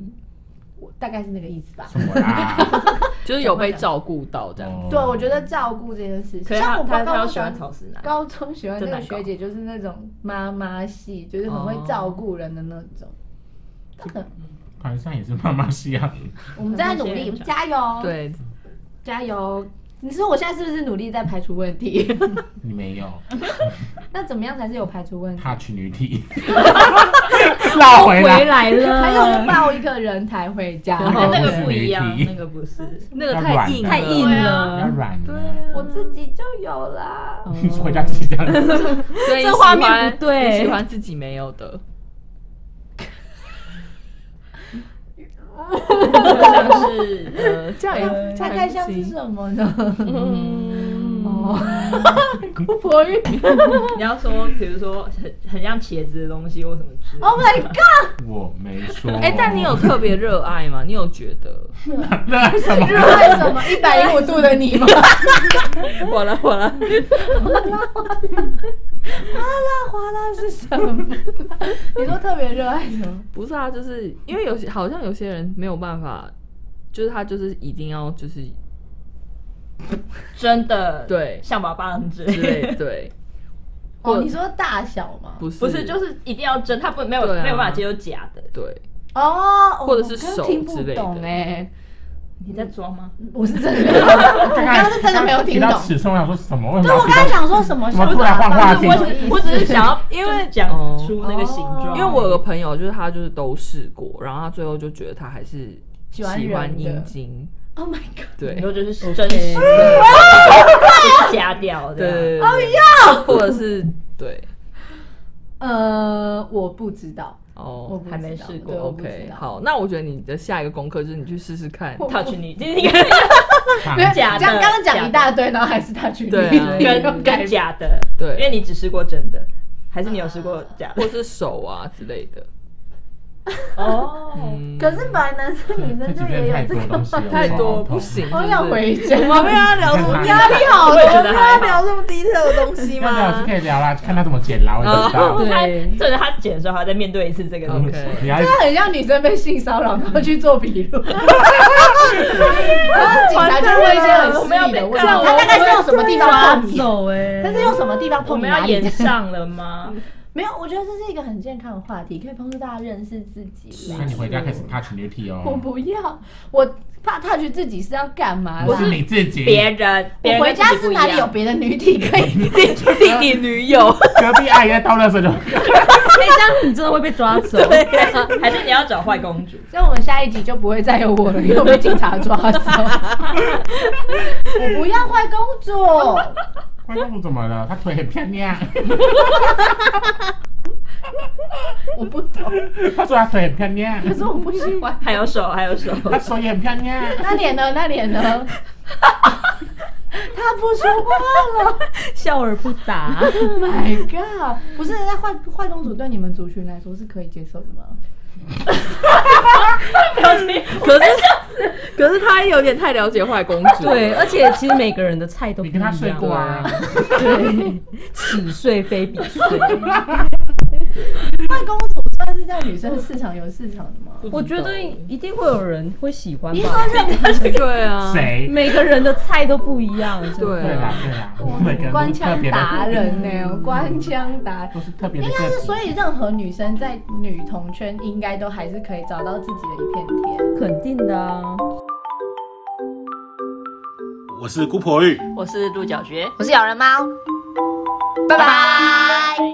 Speaker 3: 我大概是那个意思吧。
Speaker 2: 什么啦？
Speaker 5: 就是有被照顾到这样。
Speaker 2: 哦
Speaker 3: 对，我觉得照顾这件事
Speaker 4: 可
Speaker 3: 情，
Speaker 4: 是她
Speaker 3: 像我
Speaker 4: 她
Speaker 3: 刚
Speaker 4: 她
Speaker 3: 刚
Speaker 4: 要喜欢草食男，
Speaker 3: 高中喜欢那
Speaker 4: 真
Speaker 3: 个
Speaker 4: 难搞
Speaker 3: 学姐，就是那种妈妈系，就是很会照顾人的那种。
Speaker 4: 哦
Speaker 3: 真的，
Speaker 2: 款上也是妈妈系啊。
Speaker 3: 我们在努力，
Speaker 4: 那些
Speaker 3: 加油，，
Speaker 5: 对，
Speaker 3: 加油！你说我现在是不是努力在排除问题？
Speaker 2: 你没有
Speaker 3: 那怎么样才是有排除问题？
Speaker 2: 怕去女体， 绕回来
Speaker 6: 回。来 了，
Speaker 3: 还有就抱一个人抬回家，
Speaker 4: 那个不一样，
Speaker 2: 女体
Speaker 4: 那个不是。
Speaker 5: 那个
Speaker 2: 要
Speaker 5: 太
Speaker 2: 软
Speaker 5: 硬
Speaker 2: 的
Speaker 6: 太硬
Speaker 4: 对
Speaker 2: 比较
Speaker 6: 了。
Speaker 2: 软
Speaker 5: 对
Speaker 2: 的，
Speaker 5: 啊，
Speaker 3: 我自己就有啦。
Speaker 6: 哦
Speaker 2: 你啊回家自己这样子。
Speaker 5: 所以你
Speaker 6: 这画
Speaker 5: 喜
Speaker 6: 面
Speaker 5: 欢
Speaker 6: 不对
Speaker 5: 你喜欢自己没有的，
Speaker 4: 像是
Speaker 5: 呃， 这样也
Speaker 4: 嗯
Speaker 5: 这样
Speaker 3: 大
Speaker 5: 也
Speaker 3: 概
Speaker 5: 不
Speaker 3: 像是
Speaker 5: 行
Speaker 3: 什么呢？
Speaker 5: 嗯，
Speaker 3: 哦，姑婆芋。
Speaker 4: 你要说，比如说很很像茄子的东西或什么之类的。
Speaker 3: Oh my god！
Speaker 2: 我没说。
Speaker 5: 哎，但 你有特别热爱吗？你有觉得？
Speaker 2: 热爱什么？
Speaker 3: 热爱什么？一百一五度的你吗？
Speaker 5: 完了完了，
Speaker 3: 哗啦是什么？ 你说特别热爱什么？
Speaker 5: 不是啊，就是因为有些好像有些人没有办法，就是他就是一定要就是
Speaker 4: 真的，，
Speaker 5: 对
Speaker 4: 象拔蚌之
Speaker 5: 之
Speaker 4: 类
Speaker 5: 类
Speaker 4: 的，
Speaker 5: 对，
Speaker 3: 哦，你说大小吗？
Speaker 5: 不是
Speaker 4: 不是，就是一定要真，他不没有
Speaker 5: 对啊
Speaker 4: 没有办法接受假的。
Speaker 5: 对，
Speaker 3: 哦，
Speaker 5: 或者是
Speaker 3: 我刚
Speaker 5: 手
Speaker 3: 听不
Speaker 5: 之类的
Speaker 3: 懂哎，
Speaker 4: 你在装吗？
Speaker 3: 我是真的没有， 我刚刚是真的没有
Speaker 2: 提
Speaker 3: 听懂
Speaker 2: 到。尺寸，我想说什么？为什
Speaker 3: 对，
Speaker 2: 么要
Speaker 3: 我
Speaker 2: 提
Speaker 3: 刚
Speaker 2: 到
Speaker 3: 才想说什么？
Speaker 2: 怎么
Speaker 3: 是不
Speaker 2: 突
Speaker 3: 是
Speaker 2: 然换话
Speaker 3: 不
Speaker 2: 题
Speaker 3: 是
Speaker 4: 我
Speaker 3: 我
Speaker 4: 只我只是想要，因为讲
Speaker 5: 哦
Speaker 4: 出那个形状，
Speaker 3: 哦
Speaker 5: 因为我有个朋友，就是他就是都试过，然后他最后就觉得他还是喜
Speaker 3: 喜欢
Speaker 5: 欢
Speaker 3: 人的
Speaker 5: 阴茎，
Speaker 3: Oh my god！
Speaker 5: 对
Speaker 4: 以后就是真实的，不是假掉
Speaker 5: 对
Speaker 4: 的。
Speaker 5: 对对，哦 或者是对
Speaker 3: 呃，我不知道，我
Speaker 5: 哦
Speaker 3: 不知道
Speaker 4: 还没试过
Speaker 3: 对我不知
Speaker 5: ，OK，
Speaker 3: 道
Speaker 5: 好，那我觉得你的下一个功课就是你去试试看，
Speaker 3: 我
Speaker 4: 套去你，就是一个
Speaker 2: 长
Speaker 3: 没有
Speaker 4: 啊假的
Speaker 3: 这样刚刚
Speaker 4: 假
Speaker 3: 讲
Speaker 4: 的
Speaker 3: 一大堆，然后还是他去
Speaker 5: 对啊
Speaker 3: 你
Speaker 4: 跟跟假的，因为
Speaker 5: 对，
Speaker 4: 你只试过真的，还是你有试过假
Speaker 5: 或
Speaker 4: 的？
Speaker 5: 是手啊之类的，
Speaker 4: 哦，
Speaker 5: 嗯，
Speaker 3: 可是本来男生女生
Speaker 2: 这
Speaker 3: 就
Speaker 2: 几
Speaker 3: 也
Speaker 2: 天太
Speaker 3: 有这
Speaker 2: 多
Speaker 3: 个
Speaker 2: 东西
Speaker 3: 吗？
Speaker 2: 了，
Speaker 5: 太多
Speaker 2: 我头
Speaker 5: 不
Speaker 2: 痛。
Speaker 5: 行，
Speaker 3: 我
Speaker 5: 是
Speaker 3: 想
Speaker 5: 不是
Speaker 3: 回家，
Speaker 5: 我们要聊什么？压力好
Speaker 4: 我也觉得还好
Speaker 5: 这么 detail 的东西
Speaker 2: 要聊是可以聊啦，看他怎么剪啦，我也知
Speaker 3: 哦
Speaker 2: 道。嗯
Speaker 4: 他
Speaker 6: 对，
Speaker 4: 就是他剪的时候，还在面对一次这个东西。
Speaker 5: OK
Speaker 2: 你还
Speaker 3: 这很像女生被性骚扰，然后去做笔 录，然后警察就问一些很私密的问题，
Speaker 4: 完蛋了
Speaker 3: 他大概是用什么地方
Speaker 6: 抓
Speaker 3: 碰你？
Speaker 6: 走哎，
Speaker 3: 他是用什么地方
Speaker 4: 我
Speaker 3: 碰你
Speaker 4: 们要
Speaker 3: 哪里
Speaker 4: 演？上了吗？
Speaker 3: 没有，我觉得这是一个很健康的话题，可以帮助大家认识自己啦。
Speaker 2: 那你回家开始 touch 女体
Speaker 3: 我
Speaker 2: 哦，
Speaker 3: 不要，我怕 touch 自己是要干嘛
Speaker 2: 不
Speaker 3: 啦
Speaker 2: 是？你自己，
Speaker 4: 别人，别
Speaker 3: 我
Speaker 4: 人
Speaker 3: 回
Speaker 4: 跟自
Speaker 3: 家是
Speaker 4: 己不一
Speaker 3: 哪里有
Speaker 4: 样？
Speaker 3: 别的女体可以？
Speaker 5: 弟 弟弟女友，
Speaker 2: 隔壁阿姨在倒垃圾就
Speaker 6: 哎，这样你真的会被抓走。
Speaker 4: 还是你要找坏公主？
Speaker 3: 所以我们下一集就不会再有我了，因为我被警察抓 走。我不要坏公主。
Speaker 2: 关公主怎么了？她腿很漂亮，
Speaker 3: 我不懂，
Speaker 2: 她说她腿很漂亮，
Speaker 3: 可是我不喜欢。
Speaker 4: 还有手，还有手。
Speaker 2: 她手也很漂亮。
Speaker 3: 那脸呢？那脸呢？他不说话了。
Speaker 6: 笑而不 答。
Speaker 3: Oh my god！不是，那坏坏公主对你们族群来说是可以接受的吗？
Speaker 5: 可是 可是他有点太了解坏公主，
Speaker 6: 对，而且其实每个人的菜都不
Speaker 2: 你
Speaker 6: 一
Speaker 2: 跟她
Speaker 6: 样。
Speaker 2: 睡过啊？
Speaker 6: 对， 此睡非彼睡。
Speaker 3: 坏公主算是在女生市场有市场的吗？
Speaker 6: 我觉得一定会有人会喜欢
Speaker 3: 你说
Speaker 6: 吧。
Speaker 3: 认
Speaker 5: 对啊，
Speaker 2: 谁？
Speaker 6: 每个人的菜都不一 样，真的
Speaker 5: 对
Speaker 2: 对啦对啦，我每个
Speaker 3: 我
Speaker 2: 人都
Speaker 3: 官
Speaker 2: 是特
Speaker 3: 腔
Speaker 2: 别
Speaker 3: 达
Speaker 2: 的，
Speaker 3: 人呢、 我官腔达人。
Speaker 2: 都是特别的
Speaker 3: 应
Speaker 2: 个
Speaker 3: 该是，
Speaker 2: 体。
Speaker 3: 所以任何女生在女同圈应该都还是可以找到自己的一片天。
Speaker 6: 肯定的啊。
Speaker 7: 我是姑婆玉。
Speaker 4: 我是鹿角蕨。
Speaker 1: 我是咬人猫，拜拜。